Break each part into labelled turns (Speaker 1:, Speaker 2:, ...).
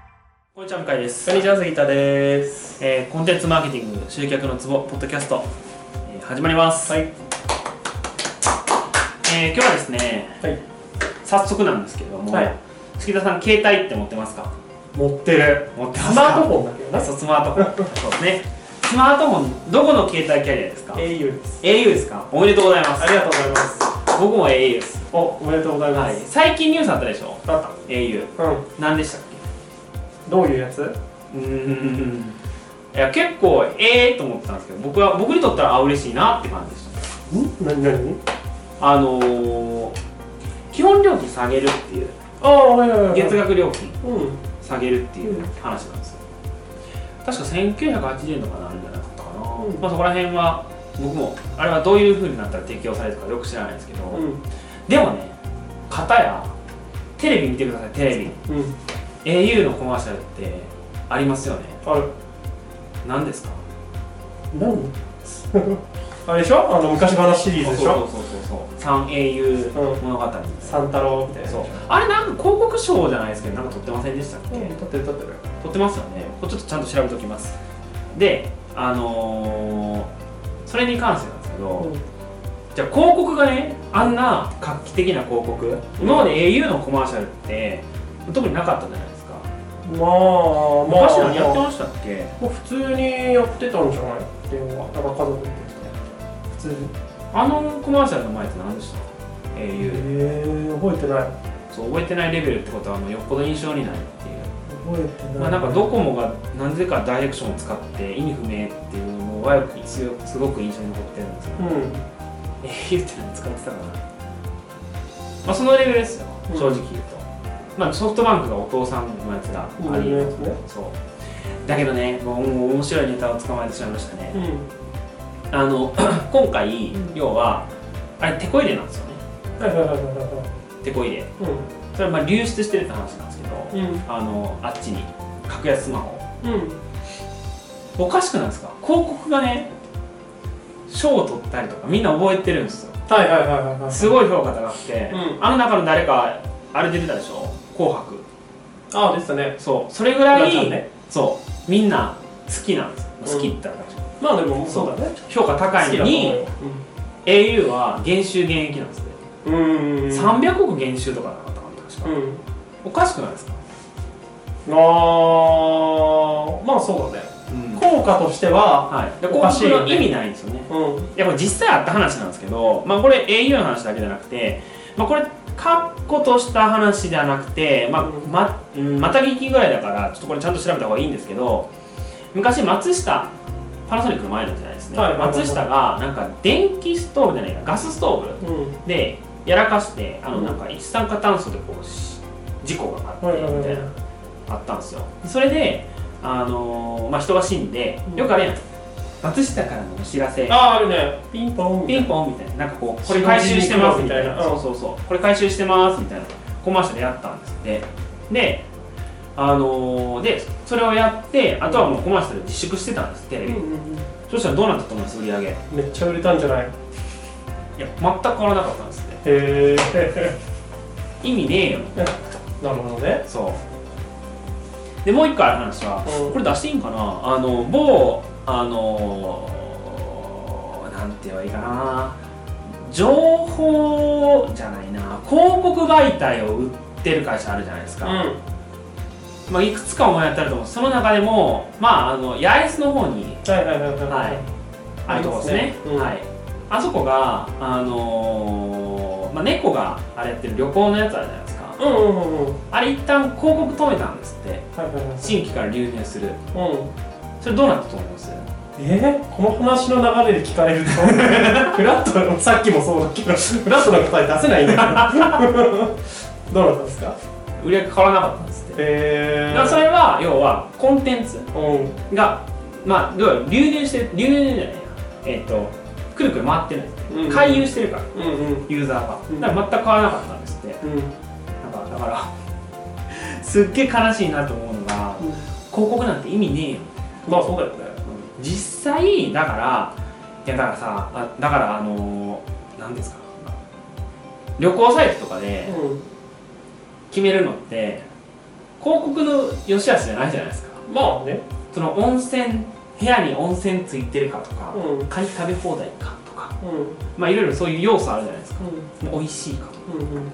Speaker 1: ちは向井です
Speaker 2: こんにちは、杉田です。
Speaker 1: えーコンテンツマーケティング集客のツボポッドキャスト、えー始まります、
Speaker 2: はい。
Speaker 1: えー今日はですね
Speaker 2: はい。
Speaker 1: 早速なんですけれども、
Speaker 2: はい
Speaker 1: 月田さん携帯って持ってますか
Speaker 2: 持ってる。
Speaker 1: 持ってますか
Speaker 2: スマートフォンだけどな。
Speaker 1: そうスマートフ ォンそうですねスマートフォンどこの携帯キャリアですか
Speaker 2: au です。
Speaker 1: au ですかおめでとうございます
Speaker 2: ありがとうございます。
Speaker 1: 僕も au です、
Speaker 2: お、おめでとうございま
Speaker 1: はい、
Speaker 2: す。
Speaker 1: 最近ニュースあったでしょ
Speaker 2: だっ
Speaker 1: au
Speaker 2: た。うん。
Speaker 1: 何でしたっ
Speaker 2: どういうやつ
Speaker 1: けうーんいや結構ええと思ってたんですけど僕は僕にとったらあ嬉しいなって感じでした
Speaker 2: んなになに
Speaker 1: あのー、基本料金下げるっていう
Speaker 2: ああ、はいはいはい。
Speaker 1: 月額料金
Speaker 2: うん。
Speaker 1: 下げるっていう
Speaker 2: うん
Speaker 1: 話なんですよ確か1980円とかなるんじゃなかったかな、
Speaker 2: うん
Speaker 1: まあ、そこら辺は僕もあれはどういう風になったら提供されるとかよく知らないですけど、
Speaker 2: うん。
Speaker 1: でもね片やテレビ見てくださいテレビ
Speaker 2: うん。
Speaker 1: au のコマーシャルってありますよね
Speaker 2: あれ、
Speaker 1: 何ですか
Speaker 2: 何あれでしょあの、昔話シリーズでしょ
Speaker 1: そうそうそうそう 3au
Speaker 2: うん
Speaker 1: 物語みたいな、
Speaker 2: 三太郎みたいな。
Speaker 1: そうあれなんか広告賞じゃないですけどなんか撮ってませんでしたっけ、
Speaker 2: うん、撮ってる撮ってる。
Speaker 1: 撮ってますよねこれちょっとちゃんと調べておきますであのーそれに関してなんですけど、じゃあ広告がねあんな画期的な広告今まで au のコマーシャルって特になかったじゃないですか
Speaker 2: うんまあ、まあ。
Speaker 1: 昔何やってましたっけ
Speaker 2: もう普通にやってたんじゃない電話。だから家族で。普通に。
Speaker 1: あのコマーシャルの前って何でした au
Speaker 2: えー、覚えてない。
Speaker 1: そう覚えてないレベルってことはもうよっぽど印象にないっていう
Speaker 2: 覚えてない。
Speaker 1: まあ、なんかドコモがなぜかダイレクションを使って意味不明っていうのは強くすごく印象に残ってるんですよ、
Speaker 2: うん。
Speaker 1: え言って何使ってたかな、まあ、そのレベルですよ
Speaker 2: うん
Speaker 1: 正直言うと、まあ、ソフトバンクがお父さんのやつがあり、
Speaker 2: うんね
Speaker 1: そうだけどねもうもう面白いネタを捕まえてしまいましたね
Speaker 2: うん。
Speaker 1: あの 今回、
Speaker 2: うん
Speaker 1: 要はあれテこ入れなんですよね
Speaker 2: はいはいはいはいは
Speaker 1: テこ入れ
Speaker 2: い。うん。
Speaker 1: それはまあ流出してるって話なんですけど、
Speaker 2: うん
Speaker 1: あのあっちに格安スマホ
Speaker 2: うん
Speaker 1: おかしくないですか広告がね賞を取ったりとかみんな覚えてるんですよ
Speaker 2: はいはいはいはいはい
Speaker 1: すごい評価高くて、
Speaker 2: うん
Speaker 1: あの中の誰かあれ出てたでしょ「紅白
Speaker 2: ああですね」
Speaker 1: そうそれぐら
Speaker 2: 裏ちゃん
Speaker 1: い、
Speaker 2: ね
Speaker 1: そうみんな好きなんですよ好きって言ったら、
Speaker 2: まあでもそうだね
Speaker 1: 評価高いのに au は減収減益なんですね、
Speaker 2: うんうんうん
Speaker 1: 300億減収とかなかったかな確か、
Speaker 2: うん
Speaker 1: おかしくないですか、
Speaker 2: あーまあそうだね効果としては
Speaker 1: はい、で
Speaker 2: おかし
Speaker 1: 広
Speaker 2: いよね
Speaker 1: 告の意味ないんですよね
Speaker 2: うん
Speaker 1: いやこれ実際あった話なんですけど、まあ、これ au の話だけじゃなくて、まあ、これかっことした話じゃなくて、まあ
Speaker 2: うん
Speaker 1: まうんまた聞きぐらいだからちょっとこれちゃんと調べた方がいいんですけど昔松下パナソニックの前の時代ですね、
Speaker 2: はい
Speaker 1: 松下がなんか電気ストーブじゃないかガスストー
Speaker 2: うん
Speaker 1: ブでやらかしてあの
Speaker 2: うん
Speaker 1: なんか一酸化炭素でこうし事故があって
Speaker 2: はいはい
Speaker 1: み
Speaker 2: は
Speaker 1: た
Speaker 2: い
Speaker 1: いなあったんですよそれで、あのーまあ、人が死んで
Speaker 2: うん
Speaker 1: よくあれやん松下からのお知らせ
Speaker 2: ああーあるねピンポン
Speaker 1: ピン
Speaker 2: ン
Speaker 1: ポンみたいな、なんかこう、これ回収してますみたいな、
Speaker 2: う
Speaker 1: そ
Speaker 2: ん
Speaker 1: うそうそう、これ回収してますみたいな、コマーシャルやったんですって、で、あのーで、それをやって、あとはもうコマーシャル自粛してたんです、テレビ。そしたらどうなったと思います、売り上げ。いや、
Speaker 2: めっちゃ売れたんじゃないへ
Speaker 1: 全く変わらなかったんですって。
Speaker 2: え
Speaker 1: 意味ねえよ。
Speaker 2: なるほどね
Speaker 1: そう。で、もう一個ある話は、
Speaker 2: うん
Speaker 1: これ出していいんかな、あの、某、あのーなんて言えばいいかな。情報じゃないな広告媒体を売ってる会社あるじゃないです
Speaker 2: う
Speaker 1: か、
Speaker 2: ん
Speaker 1: まあ、いくつか思い当たると思うその中でもまああの八重洲の方に
Speaker 2: はいはいはいはい
Speaker 1: はいあるところです
Speaker 2: あ
Speaker 1: ね
Speaker 2: りますねうん
Speaker 1: はい、あそこがあのーまあ、猫があれやってる旅行のやつあるじゃないですか
Speaker 2: うんうんうんうん
Speaker 1: あれ一旦広告止めたんですって
Speaker 2: はいはいはい
Speaker 1: 新規から流入する
Speaker 2: うん
Speaker 1: それどうなったと思います
Speaker 2: えー、この話の流れで聞かれると フラットさっきもそうだけどフラットな答え出せないんだけど どうなったんですか
Speaker 1: 売り上げ変わらなかったんですってだ
Speaker 2: えー、
Speaker 1: からそれは要はコンテンツ
Speaker 2: うん
Speaker 1: が、まあ、どうやら流入してる流入じゃないなえっ、とくるくる回ってるんですね、
Speaker 2: うん
Speaker 1: 回遊してるから
Speaker 2: うんうん
Speaker 1: ユーザーが、
Speaker 2: うん
Speaker 1: だから全く変わらなかったんですって
Speaker 2: うん
Speaker 1: なんかだから すっげえ悲しいなと思うのが広告なんて意味ねえよ
Speaker 2: まあそうだよね
Speaker 1: 実際だからいやだからさあだからあのーなんですか旅行サイトとかで
Speaker 2: うん
Speaker 1: 決めるのって広広告の良し悪しじゃないじゃないですか
Speaker 2: まあね
Speaker 1: その温泉部屋に温泉ついてるかとか、
Speaker 2: うん
Speaker 1: カニ食べ放題かとか
Speaker 2: うんうん
Speaker 1: まあいろいろそういう要素あるじゃないですか美味しいか
Speaker 2: うん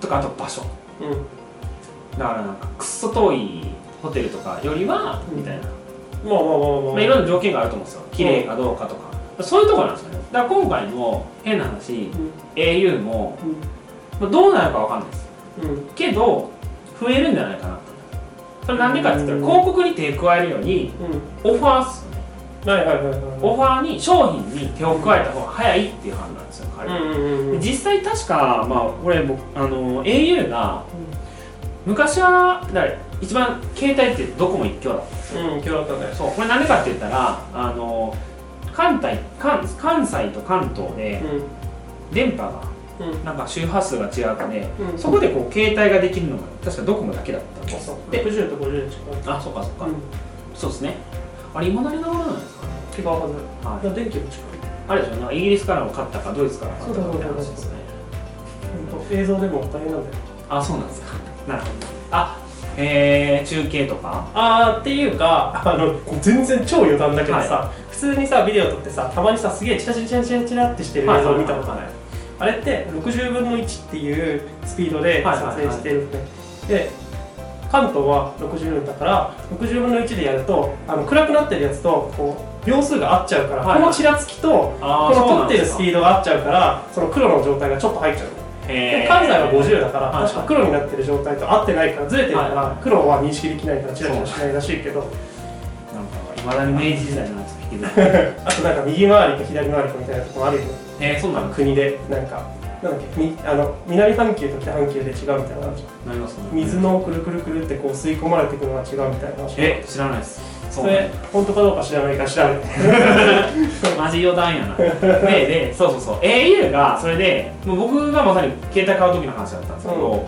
Speaker 1: とかあと場所
Speaker 2: うんうん
Speaker 1: だからなんかくっそ遠いホテルとかよりは、
Speaker 2: うん
Speaker 1: みたいな、
Speaker 2: まあまあまあまあ
Speaker 1: まあ、いろんな条件があると思うんですよ綺麗かどうかとか、そういうところなんですよねだから今回も変な話 au も、まあ、どうなるかわかんないです
Speaker 2: うんうん
Speaker 1: けど増えるんじゃないかなとそれなんでかって言った
Speaker 2: うん
Speaker 1: ら広告に手加えるより
Speaker 2: う
Speaker 1: オファーっすね
Speaker 2: んはいはいはいはい
Speaker 1: オファーに商品に手を加えた方が早いっていう判断ですよ彼は
Speaker 2: うんうんうんうん
Speaker 1: 実際確か、まあ、これ僕あの au が昔はだから一番携帯ってドコモ一強だっ
Speaker 2: 今日だったね
Speaker 1: たそうこれなんでかって言ったらあの関西関関西と関東で電波が
Speaker 2: うんうん
Speaker 1: なんか周波数が違うので
Speaker 2: うん
Speaker 1: そこでこう携帯ができるのが確かドコモだけだったんです
Speaker 2: そう
Speaker 1: で
Speaker 2: 60と50でしか
Speaker 1: あそうかそうか、
Speaker 2: うん
Speaker 1: そうですねあれ今なりなものなんですかね
Speaker 2: 気がわかんない
Speaker 1: はい
Speaker 2: や電気も近い
Speaker 1: あれですよねイギリスからも勝ったかドイツからも勝ったかって話ですね
Speaker 2: ほんと映像でも大変なんだよ
Speaker 1: あそうなんですかなるほどあえー、中継とか
Speaker 2: あーっていうかあのこう全然超余談だけどさ、普通にさビデオ撮ってさたまにさすげえチラチラチラチラチラってしてる映像を見たことない、あれって60分の1っていうスピードで
Speaker 1: はい
Speaker 2: 撮
Speaker 1: はいはい
Speaker 2: 影してるのね、で関東は60分だから60分の1でやるとあの暗くなってるやつとこう秒数が合っちゃうから、
Speaker 1: はいはい
Speaker 2: このちらつきと
Speaker 1: あー
Speaker 2: こ
Speaker 1: そ
Speaker 2: の
Speaker 1: う
Speaker 2: 撮
Speaker 1: な
Speaker 2: っ
Speaker 1: ん
Speaker 2: て
Speaker 1: で
Speaker 2: る
Speaker 1: す
Speaker 2: ス
Speaker 1: か
Speaker 2: ピードが合っちゃうからその黒の状態がちょっと入っちゃうの
Speaker 1: へ
Speaker 2: で
Speaker 1: ー
Speaker 2: 関西は50だから
Speaker 1: はい
Speaker 2: 確か黒になってる状態と合ってないからずれてるから、
Speaker 1: は
Speaker 2: 黒は認識できないからチラチラしないらしいけど
Speaker 1: なんかいまだに明治時代のやつ引きず る
Speaker 2: あとなんか右回りか左回りかみたいなとこもあるよね
Speaker 1: えー、そうなの
Speaker 2: 国でなんかなんだっけみあの南半球と北半球で違うみたいな話
Speaker 1: なりますね
Speaker 2: 水のくるくるくるってこう吸い込まれていくのが違うみたいな話
Speaker 1: え知らないですそ
Speaker 2: そう
Speaker 1: なん
Speaker 2: れ
Speaker 1: だ
Speaker 2: 本当かどうか知らないから調べて
Speaker 1: マジ余談 やなででそうそうそう au がそれでもう僕がまさに携帯買う時の話だったんですけど、
Speaker 2: う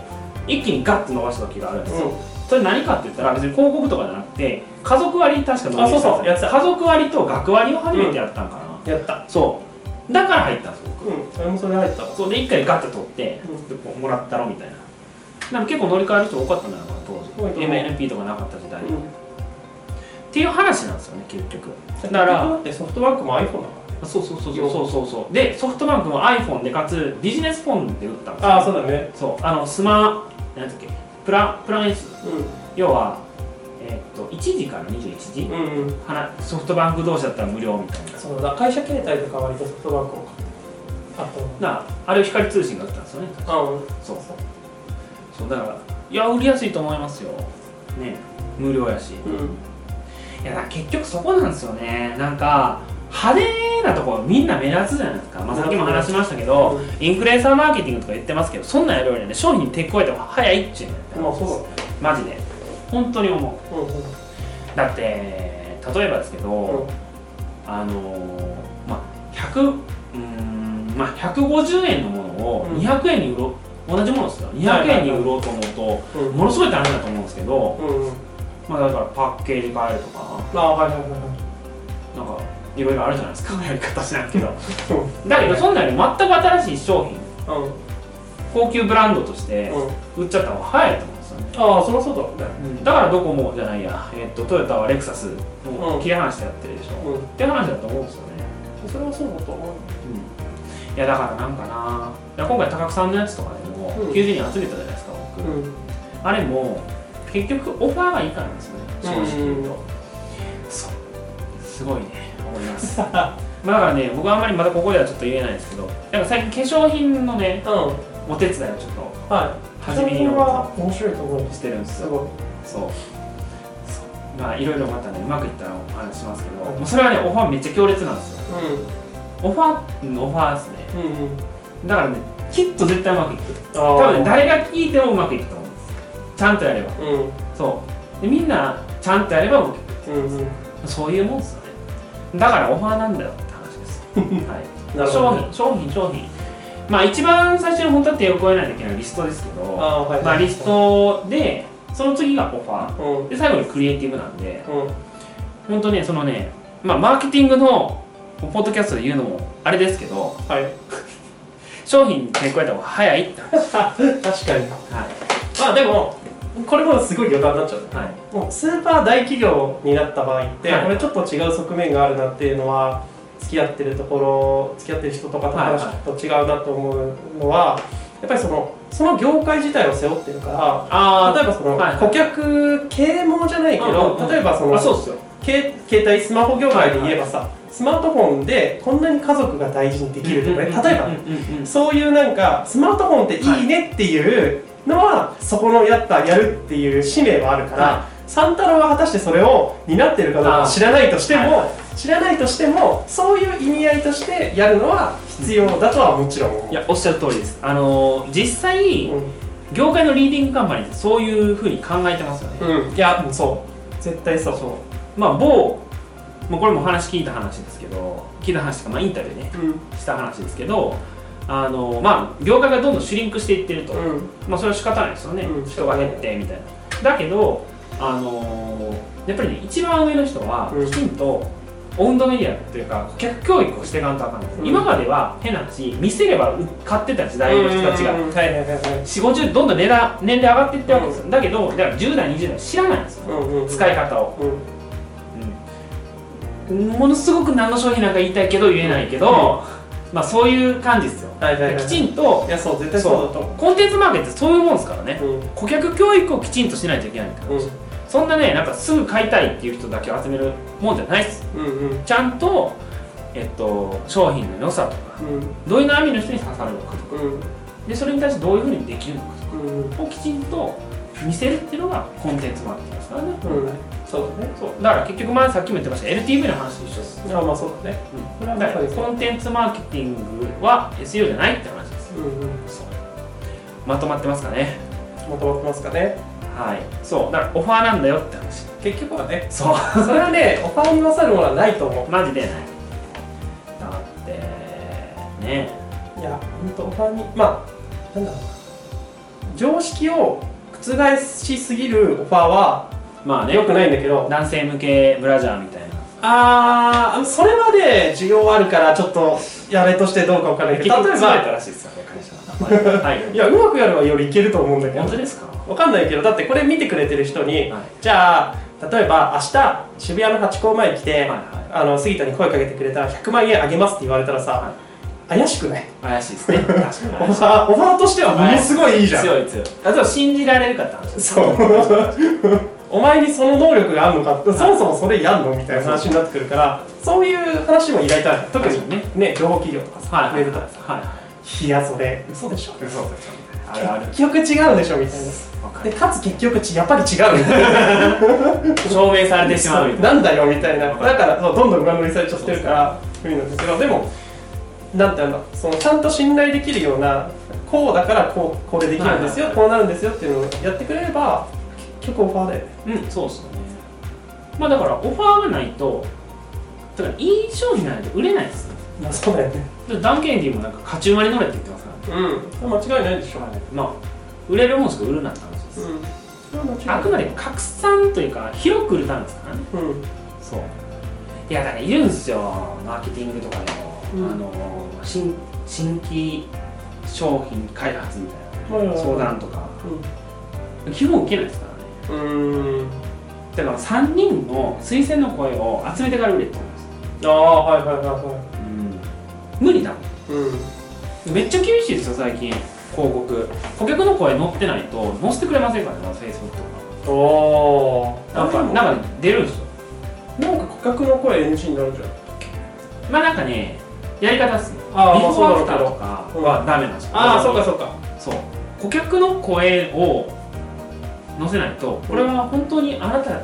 Speaker 1: 一気にガッと伸ばした時があるんですよ、それ何かって言ったら別に広告とかじゃなくて家族割確か導入したんですよ
Speaker 2: あそうそうやってた
Speaker 1: 家族割と学割を初めてやったんかな、
Speaker 2: やった
Speaker 1: そうだから入ったんです僕
Speaker 2: うんそれもそれ入ったわ
Speaker 1: そうで1回ガッて取って、
Speaker 2: うん
Speaker 1: でこうもらったろみたいななんか結構乗り換える人多かったんだろうな
Speaker 2: 多
Speaker 1: 当
Speaker 2: いと
Speaker 1: 時
Speaker 2: 思う
Speaker 1: MNP とかなかった時代、
Speaker 2: う
Speaker 1: っ
Speaker 2: ん
Speaker 1: ていう話なんですよね結局だから
Speaker 2: だってソフトバンクも iPhone だか
Speaker 1: そうそうそうそうそうそうそうでソフトバンクも iPhone でかつビジネスフォンで売ったんですよ
Speaker 2: らああそうだね
Speaker 1: そうあのスマなんだっけプラプラン S
Speaker 2: う
Speaker 1: 要はえーっと1時から21時、
Speaker 2: んうんうん
Speaker 1: 花ソフトバンク同士だったら無料みたいな
Speaker 2: そうだ会社携帯とか割とソフトバンクを買ってあと
Speaker 1: なあれを光通信が売ったんですよね
Speaker 2: あうん
Speaker 1: そうそうだからいや売りやすいと思いますよね無料やし
Speaker 2: うん
Speaker 1: いやだから結局そこなんですよねなんか派手なところみんな目立つじゃないですか、まあ、さっきも話しましたけど、インフルエンサーマーケティングとか言ってますけどそんなんやるよりね商品に手っ加えた方が早いっちゅうね
Speaker 2: まあそうだね
Speaker 1: マジで本当に思う
Speaker 2: うんうん
Speaker 1: だって例えばですけど、あのーまあ100うーんまあ150円のものを
Speaker 2: うん
Speaker 1: 200円に売ろう、同じものですよ200円に売ろうと思うと、
Speaker 2: うんうん
Speaker 1: ものすごい大変だと思うんですけど、
Speaker 2: うんうん
Speaker 1: まあ、だからパッケージ変えるとか
Speaker 2: ああはいはいはいはい
Speaker 1: なんかいろいろあるじゃないですかやり方しないけど
Speaker 2: そう
Speaker 1: だけどそんなより全く新しい商品
Speaker 2: うん
Speaker 1: 高級ブランドとして
Speaker 2: うん
Speaker 1: 売っちゃった方が早いと思うんですよね
Speaker 2: ああその外だよ
Speaker 1: だからドコモじゃないや、えっとトヨタはレクサス
Speaker 2: う
Speaker 1: も
Speaker 2: ん
Speaker 1: 切り離してやってるでしょ、
Speaker 2: う
Speaker 1: って話だと思うんですよね、
Speaker 2: んそれはそうだと思う
Speaker 1: いやだからなんかないや今回高久さんのやつとかでも
Speaker 2: うん
Speaker 1: 90人集めたじゃないですか僕、
Speaker 2: うん
Speaker 1: あれも結局オファーがいいからなんですよね正直言うと、
Speaker 2: うん
Speaker 1: そうすごいね思います まあだからね僕はあんまりまだここではちょっと言えないですけどなんか最近化粧品のね
Speaker 2: は
Speaker 1: お手伝いをちょっと
Speaker 2: い
Speaker 1: 始めよう
Speaker 2: は面白いと思う
Speaker 1: してるんです
Speaker 2: す
Speaker 1: よ
Speaker 2: ごい
Speaker 1: そうそうまあいろいろまたねうまくいったらお話しますけどもうそれはねオファーめっちゃ強烈なんですよオファーうんオファーですね
Speaker 2: うんうんうん
Speaker 1: だからねきっと絶対うまくいく
Speaker 2: あ
Speaker 1: 多分ね
Speaker 2: あ
Speaker 1: 誰が聞いてもうまくいくと思うんですちゃんとやれば
Speaker 2: うん
Speaker 1: そうでみんなちゃんとやればうまくい
Speaker 2: うんう
Speaker 1: く
Speaker 2: ん
Speaker 1: そういうもんですよねだからオファーなんだよって話 です、はい、
Speaker 2: なるほ
Speaker 1: 商
Speaker 2: ど
Speaker 1: 品商品商品まあ一番最初に本当は手を加えないといけないリストですけど
Speaker 2: ああはい
Speaker 1: まあ、リストでその次がオファ
Speaker 2: うんうん
Speaker 1: ーで最後にクリエイティブなんで本当ねそのねまあマーケティングのポッドキャストで言うのもあれですけど
Speaker 2: はい
Speaker 1: 商品に手を加えた方が早いって話、
Speaker 2: 確かに
Speaker 1: はい、
Speaker 2: まあでもこれもすごい余談になっちゃう
Speaker 1: はい
Speaker 2: もうスーパー大企業になった場合って、
Speaker 1: はい
Speaker 2: これちょっと違う側面があるなっていうのは付き合ってるところ付き合ってる人とかと
Speaker 1: はいはい
Speaker 2: 話と違うなと思うのは、やっぱりそのその業界自体を背負ってるから
Speaker 1: あ
Speaker 2: 例えばその、
Speaker 1: はいはい
Speaker 2: 顧客啓蒙じゃないけ
Speaker 1: うん
Speaker 2: ど、
Speaker 1: うんうん
Speaker 2: 例えばその
Speaker 1: あそうっすよ
Speaker 2: 携携帯スマホ業界で言えばさ、スマートフォンでこんなに家族が大事にできるとかね、例えば、
Speaker 1: うんうんうんうん
Speaker 2: そういうなんかスマートフォンっていいねっていうのは、そこのやったやるっていう使命はあるから、
Speaker 1: は
Speaker 2: サンタロは果たしてそれを担ってるかどう
Speaker 1: あ
Speaker 2: か
Speaker 1: ー
Speaker 2: 知らないとしても、
Speaker 1: は
Speaker 2: 知らないとしてもそういう意味合いとしてやるのは必要だとはもちろん思う。
Speaker 1: いやおっしゃる通りですあのー実際、
Speaker 2: う
Speaker 1: 業界のリーディングカンパニーってそういうふうに考えてますよね、
Speaker 2: ん、うんいやそう絶対そうそ
Speaker 1: まあ某もうこれも話聞いた話ですけど聞いた話とか、まあ、インタビューね
Speaker 2: う、うん
Speaker 1: した話ですけどあのーまあ業界がどんどんシュリンクしていってると、
Speaker 2: うん
Speaker 1: まあそれは仕方ないですよね、
Speaker 2: うん
Speaker 1: 人が減ってみたいなだけどあのーやっぱりね一番上の人は
Speaker 2: うん
Speaker 1: きちんと温度メディアというか顧客教育をしていかんとあかんです、
Speaker 2: うん
Speaker 1: 今までは変な話見せれば買ってた時代の人たちが
Speaker 2: うんはいはいはいはい
Speaker 1: 4 5 0どんどん値段年齢上がっていってるわけですよ、だけどだから10代20代知らないんですよ、
Speaker 2: うんうん
Speaker 1: 使い方を、
Speaker 2: うん
Speaker 1: うんものすごく何の商品なんか言いたいけど言えないけど、まあそういう感じですよ、
Speaker 2: はいはいはい
Speaker 1: きちんと
Speaker 2: いやそう絶対そうだと思
Speaker 1: コンテンツマーケットってそういうもんですからね
Speaker 2: ううん
Speaker 1: 顧客教育をきちんとしないといけないから、
Speaker 2: うん
Speaker 1: そんなねなんかすぐ買いたいっていう人だけ集めるもんじゃないです
Speaker 2: うんうん
Speaker 1: ちゃんと、えっと、商品の良さとかどういう悩みの人に刺さるのかとか
Speaker 2: うん
Speaker 1: でそれに対してどういうふうにできるのかと
Speaker 2: うんうん
Speaker 1: かをきちんと見せるっていうのがコンテンツマーケットですからね、
Speaker 2: うんそうだね
Speaker 1: そうだから結局前さっきも言ってました LTV の話と一緒です、
Speaker 2: あまあそうだねこれはま
Speaker 1: だ
Speaker 2: さ
Speaker 1: から
Speaker 2: にそう
Speaker 1: コンテンツマーケティングは SEO じゃないって話です
Speaker 2: うんうん
Speaker 1: そうまとまってますかね
Speaker 2: まとまってますかね
Speaker 1: はいそうだからオファーなんだよって話
Speaker 2: 結局はね
Speaker 1: そう
Speaker 2: それはねオファーに勝るものはないと思
Speaker 1: マジでないだってね
Speaker 2: ういや本当オファーにまあなんだろうな常識を覆しすぎるオファーは
Speaker 1: まあね
Speaker 2: 良くないんだけど
Speaker 1: 男性向けブラジャーみたいな
Speaker 2: あーそれまで需要あるからちょっとやれとしてどうかわからないけど例え
Speaker 1: ばれた
Speaker 2: ば
Speaker 1: らしいですよね会社はい
Speaker 2: いやうまくやればよりいけると思うんだけど
Speaker 1: 本当ですか
Speaker 2: わかんないけどだってこれ見てくれてる人に、
Speaker 1: はい
Speaker 2: じゃあ例えば明日渋谷のハチ公前来て、
Speaker 1: いは
Speaker 2: あの杉田に声かけてくれたら100万円あげますって言われたらさ、
Speaker 1: は
Speaker 2: 怪しくない
Speaker 1: 怪しいですね確かに
Speaker 2: オファーオファーとしてはものすごいいいじゃん、
Speaker 1: 強い強いあとは信じられるかって話です
Speaker 2: そうお前にその能力があるのかそもそもそれやんのみたいな話になってくるからそういう話も依頼たい特にね
Speaker 1: 確
Speaker 2: 情報企業とかさ、
Speaker 1: はい
Speaker 2: ウェブとかさ
Speaker 1: はい
Speaker 2: いやそれ嘘でしょ
Speaker 1: 嘘でしょあるある
Speaker 2: 結局違うでしょみたい
Speaker 1: わか
Speaker 2: な
Speaker 1: る
Speaker 2: でかつ結局ちやっぱり違うみたいな
Speaker 1: 証明されてしまうみたい
Speaker 2: なんだよみたいなだからそうどんどん上乗りされちゃってるから不利なんですけどでもなんていうのそのちゃんと信頼できるようなこうだからこうこれできるんですよ、
Speaker 1: はい
Speaker 2: こうなるんですよっていうのをやってくれれば結局オファーだよね
Speaker 1: なうんそうっすよねまあだからオファーがないとだからいい商品ないと売れないですよ
Speaker 2: まあそうだよね
Speaker 1: だってダン・ケネディもなんか勝ち馬に乗れって言ってますから
Speaker 2: うん間違いないでしょ、
Speaker 1: まあ売れるもんしか売るなって話です
Speaker 2: うんそれは間
Speaker 1: あ
Speaker 2: 違
Speaker 1: く
Speaker 2: い
Speaker 1: ま
Speaker 2: ない
Speaker 1: で拡散というか広く売るためですからね
Speaker 2: うん
Speaker 1: そういやだからいるんですよマーケティングとかでも、
Speaker 2: うん
Speaker 1: あの新新規商品開発みた
Speaker 2: はい
Speaker 1: い
Speaker 2: は
Speaker 1: な
Speaker 2: いはい
Speaker 1: 相談とか基本受けないですからね
Speaker 2: うんうん
Speaker 1: だから3人の推薦の声を集めてから売れって思うんですよ、
Speaker 2: ああはいはいはいは
Speaker 1: 無理だもん
Speaker 2: いうん
Speaker 1: めっちゃ厳しいですよ最近広告顧客の声載ってないと載せてくれませんからね Facebook と
Speaker 2: おー
Speaker 1: かなんか
Speaker 2: なんか
Speaker 1: なんか出るんですよ
Speaker 2: なんか顧客の声 NG になるじゃん
Speaker 1: まあなんかね、やり方っすね。
Speaker 2: あー
Speaker 1: ビ
Speaker 2: まあ
Speaker 1: フォーアフター
Speaker 2: そうだろ
Speaker 1: と
Speaker 2: う
Speaker 1: か
Speaker 2: けど
Speaker 1: はダメなんですよ。
Speaker 2: そうか
Speaker 1: そう。顧客の声を載せないと、これは本当にあなた、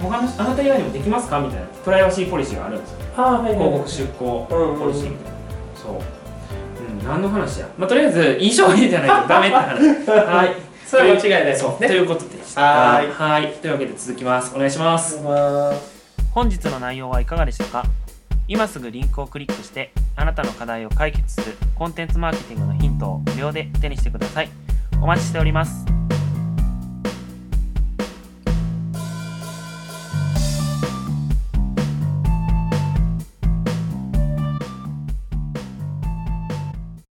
Speaker 1: 他のあなた以外にもできますかみたいなプライバシーポリシーがあるんですよ。
Speaker 2: ああはいはい
Speaker 1: 広告出稿
Speaker 2: うんうん
Speaker 1: ポリシーみたいな。そう。うん、何の話や。まあとりあえず、印象品じゃないとダメって 話。はい。
Speaker 2: それは間違いないです
Speaker 1: そう、
Speaker 2: ね
Speaker 1: ということでした。
Speaker 2: はーい
Speaker 1: はい。というわけで続きます。お願いします。本日の内容はいかがでしたか今すぐリンクをクリックしてあなたの課題を解決するコンテンツマーケティングのヒントを無料で手にしてくださいお待ちしております